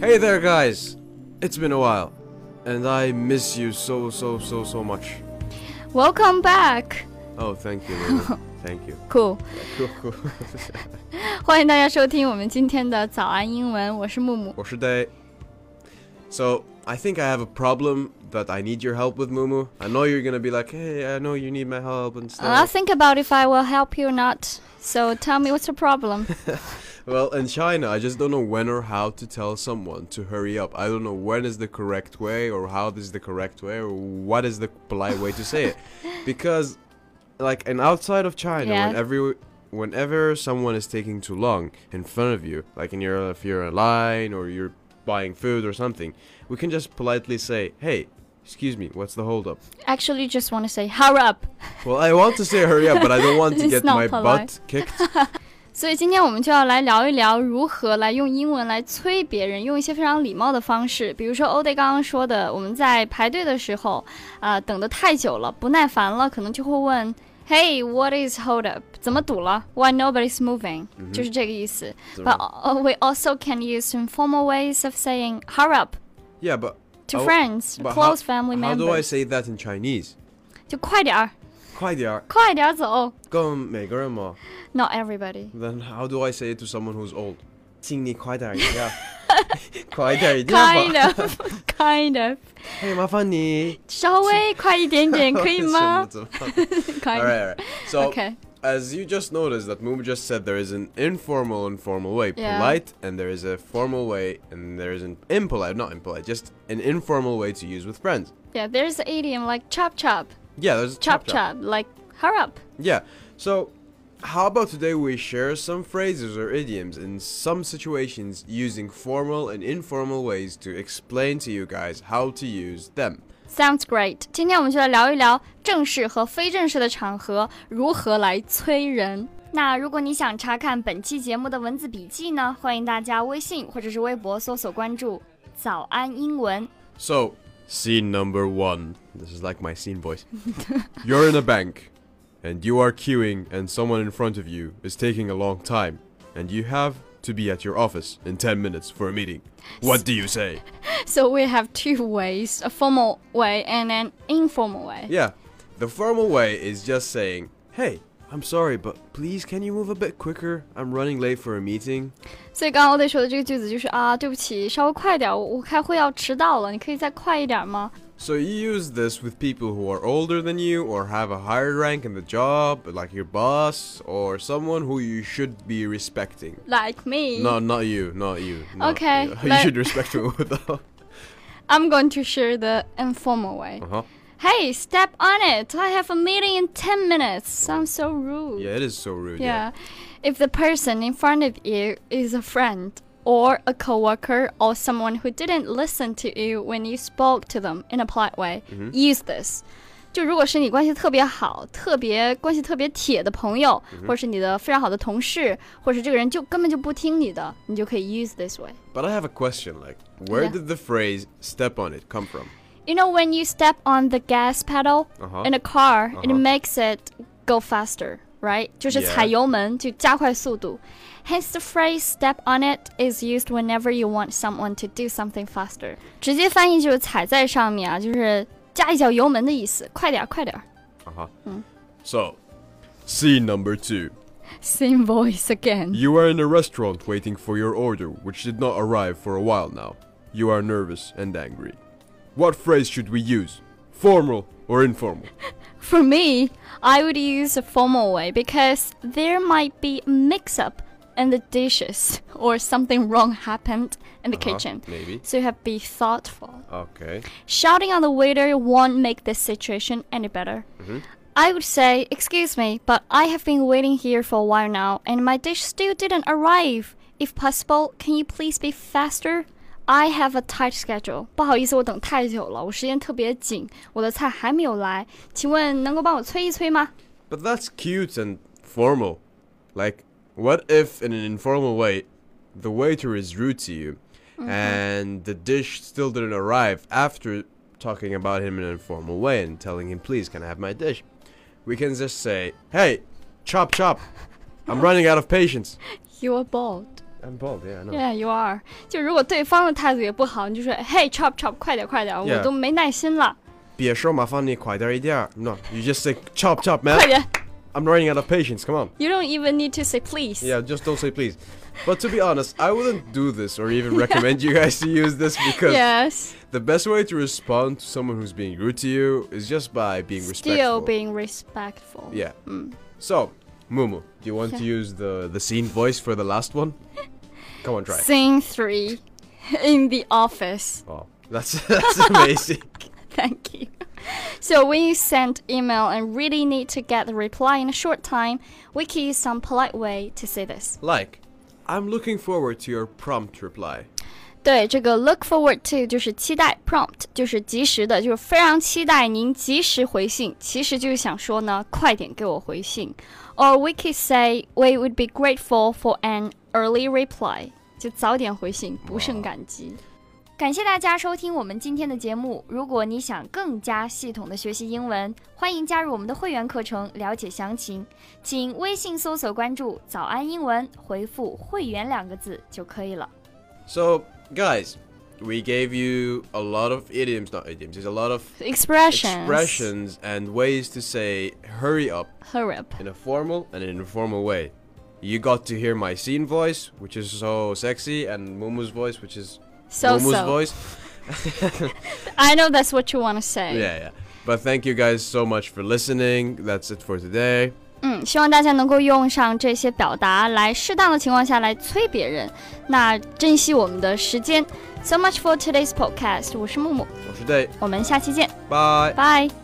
Hey there, guys! It's been a while, and I miss you so, so, so, so much. Welcome back. Oh, thank you, Lily. Thank you. Cool， Cool, cool. 欢迎大家收听我们今天的早安英文，我是木木。 What's your day? So, I think I have a problem that I need your help with, Mumu. I know you're gonna be like, hey, I know you need my help and I'll stuff. think about if I will help you or not. So tell me what's the problem. Well, in China, I just don't know when or how to tell someone to hurry up. I don't know when is the correct way, or how this is the correct way, or what is the polite way to say it. Because, like, and outside of China, Yeah. when every, whenever someone is taking too long in front of you, like in your, if you're in line or you're buying food or something, we can just politely say, hey, excuse me, what's the holdup? Actually, just want to say hurry up. Well, I want to say hurry up, but I don't want to It's get not my polite. butt kicked. 所以今天我们就要来聊一聊如何来用英文来催别人，用一些非常礼貌的方式。比如说欧 y 刚刚说的，我们在排队的时候，啊、等得太久了，不耐烦了，可能就会问，Hey，what is hold up？怎么堵了？Why nobody's moving？、就是嗯这个意思。But uh, we also can use informal ways of saying hurry up Yeah, but to Oh, friends, but close how, family How do I members， say that in Chinese? 就快点儿，快点儿，快点儿走。跟每个人嘛。 Not everybody， Then how do I say it to someone who's old? 请你快点儿一下。快点儿一下吧。 kind of，kind of， 嘿，麻烦你。稍微快一 点点，可以吗什么怎么办？ All？Kind of。 right, all right. So, Okay. as you just noticed, that Moom just said there is an informal and formal way, Yeah. polite, and there is a formal way, and there is an impolite, not impolite, just an informal way to use with friends. Yeah, there's an idiom like chop chop, Yeah, there's chop chop, like hurry up. Yeah. So, how about today we share some phrases or idioms in some situations using formal and informal ways to explain to you guys how to use them. Sounds great. 今天我们就来聊一聊正式和非正式的场合如何来催人。那如果你想查看本期节目的文字笔记呢，欢迎大家微信或者是微博搜索关注“早安英文 So, scene number 1. This is like my scene voice. You're in a bank and you are queuing and someone in front of you is taking a long time and you have to be at your office in 10 minutes for a meeting. What do you say? ”。 So we have two ways, a formal way and an informal way. Yeah. The formal way is just saying, hey, I'm sorry, but please can you move a bit quicker? I'm running late for a meeting. 所以刚刚我得说的这个句子就是啊，对不起，稍微快点儿，我我开会要迟到了，你可以再快一点儿吗？ So you use this with people who are older than you or have a higher rank in the job, like your boss or someone who you should be respecting. Like me. No, not you, not you. not Okay, you. You let- should respect me without. I'm going to share the informal way. Uh huh. Hey, step on it. I have a meeting in 10 minutes. Sounds so rude. Yeah, it is so rude. Yeah. If the person in front of you is a friend or a coworker or someone who didn't listen to you when you spoke to them in a polite way, use this. 就如果是你关系特别好、特别关系特别铁的朋友，或者是你的非常好的同事，或者是这个人就根本就不听你的，你就可以 use this way。 But I have a question like, where Yeah. did the phrase step on it come from? You know when you step on the gas pedal Uh-huh. in a car, it Uh-huh. makes it go faster, right? 就是 Yeah. 踩油门就加快速度。Hence the phrase "step on it" is used whenever you want someone to do something faster。直接翻译就是踩在上面啊，就是加一脚油门的意思，快点儿，快点儿。 Uh huh. Hmm. So, scene number two. Same voice again. You are in a restaurant waiting for your order, which did not arrive for a while now. You are nervous and angry. What phrase should we use? Formal or informal? For me, I would use a formal way because there might be a mix-up in the dishes or something wrong happened in the kitchen. Maybe. So you have to be thoughtful. Okay. Shouting on the waiter won't make this situation any better. Mm-hmm. I would say, Excuse me, but I have been waiting here for a while now and my dish still didn't arrive. If possible, can you please be faster? I have a tight schedule. 不好意思，我等太久了，我时间特别紧，我的菜还没有来。请问能够帮我催一催吗？ But that's cute and formal. Like, what if in an informal way, the waiter is rude to you and the dish still didn't arrive after talking about him in an informal way and telling him, please, can I have my dish? We can just say, hey, chop chop. I'm running out of patience. You are bold. I'm bald, yeah, I know. Yeah, you are。就如果对方的态度也不好，你就说 Hey, chop chop，快点快点，我 Yeah. 都没耐心了， No, you just say chop chop, 快 man. 点。 I'm running out of patience. Come on. You don't even need to say please。 Yeah, just don't say please. But to be honest, I wouldn't do this or even recommend you guys to use this because Yes, the best way to respond to someone who's being rude to you is just by being still respectful. being respectful. yeah. Mm. So, Mumu, do you want to Yeah. use the the scene voice for the last one? Come on, try. it. Scene three, in the office. Oh, that's that's amazing. Thank you. So when you send email and really need to get the reply in a short time, wiki is some polite way to say this. like, I'm looking forward to your prompt reply. 对，这个 look forward to 就是期待，prompt 就是及时的，就是非常期待您及时回信。其实就是想说呢，快点给我回信。Or we could say we would be grateful for an early reply，就早点回信，不胜感激。感谢大家收听我们今天的节目。如果你想更加系统的学习英文，欢迎加入我们的会员课程，了解详情。请微信搜索关注“早安英文”，回复“会员”两个字就可以了。 So, guys, we gave you a lot of idioms, not idioms, there's a lot of Expressions, expressions and ways to say hurry up hurry up. in a formal and an informal way. You got to hear my scene voice, which is so sexy, and Mumu's voice, which is So Mumu's so, voice. I know that's what you want to say. Yeah, yeah. But thank you guys so much for listening. That's it for today. 嗯，希望大家能够用上这些表达来适当的情况下来催别人。那珍惜我们的时间。So much for today's podcast，我是木木， For today, 我们下期见， bye. 拜。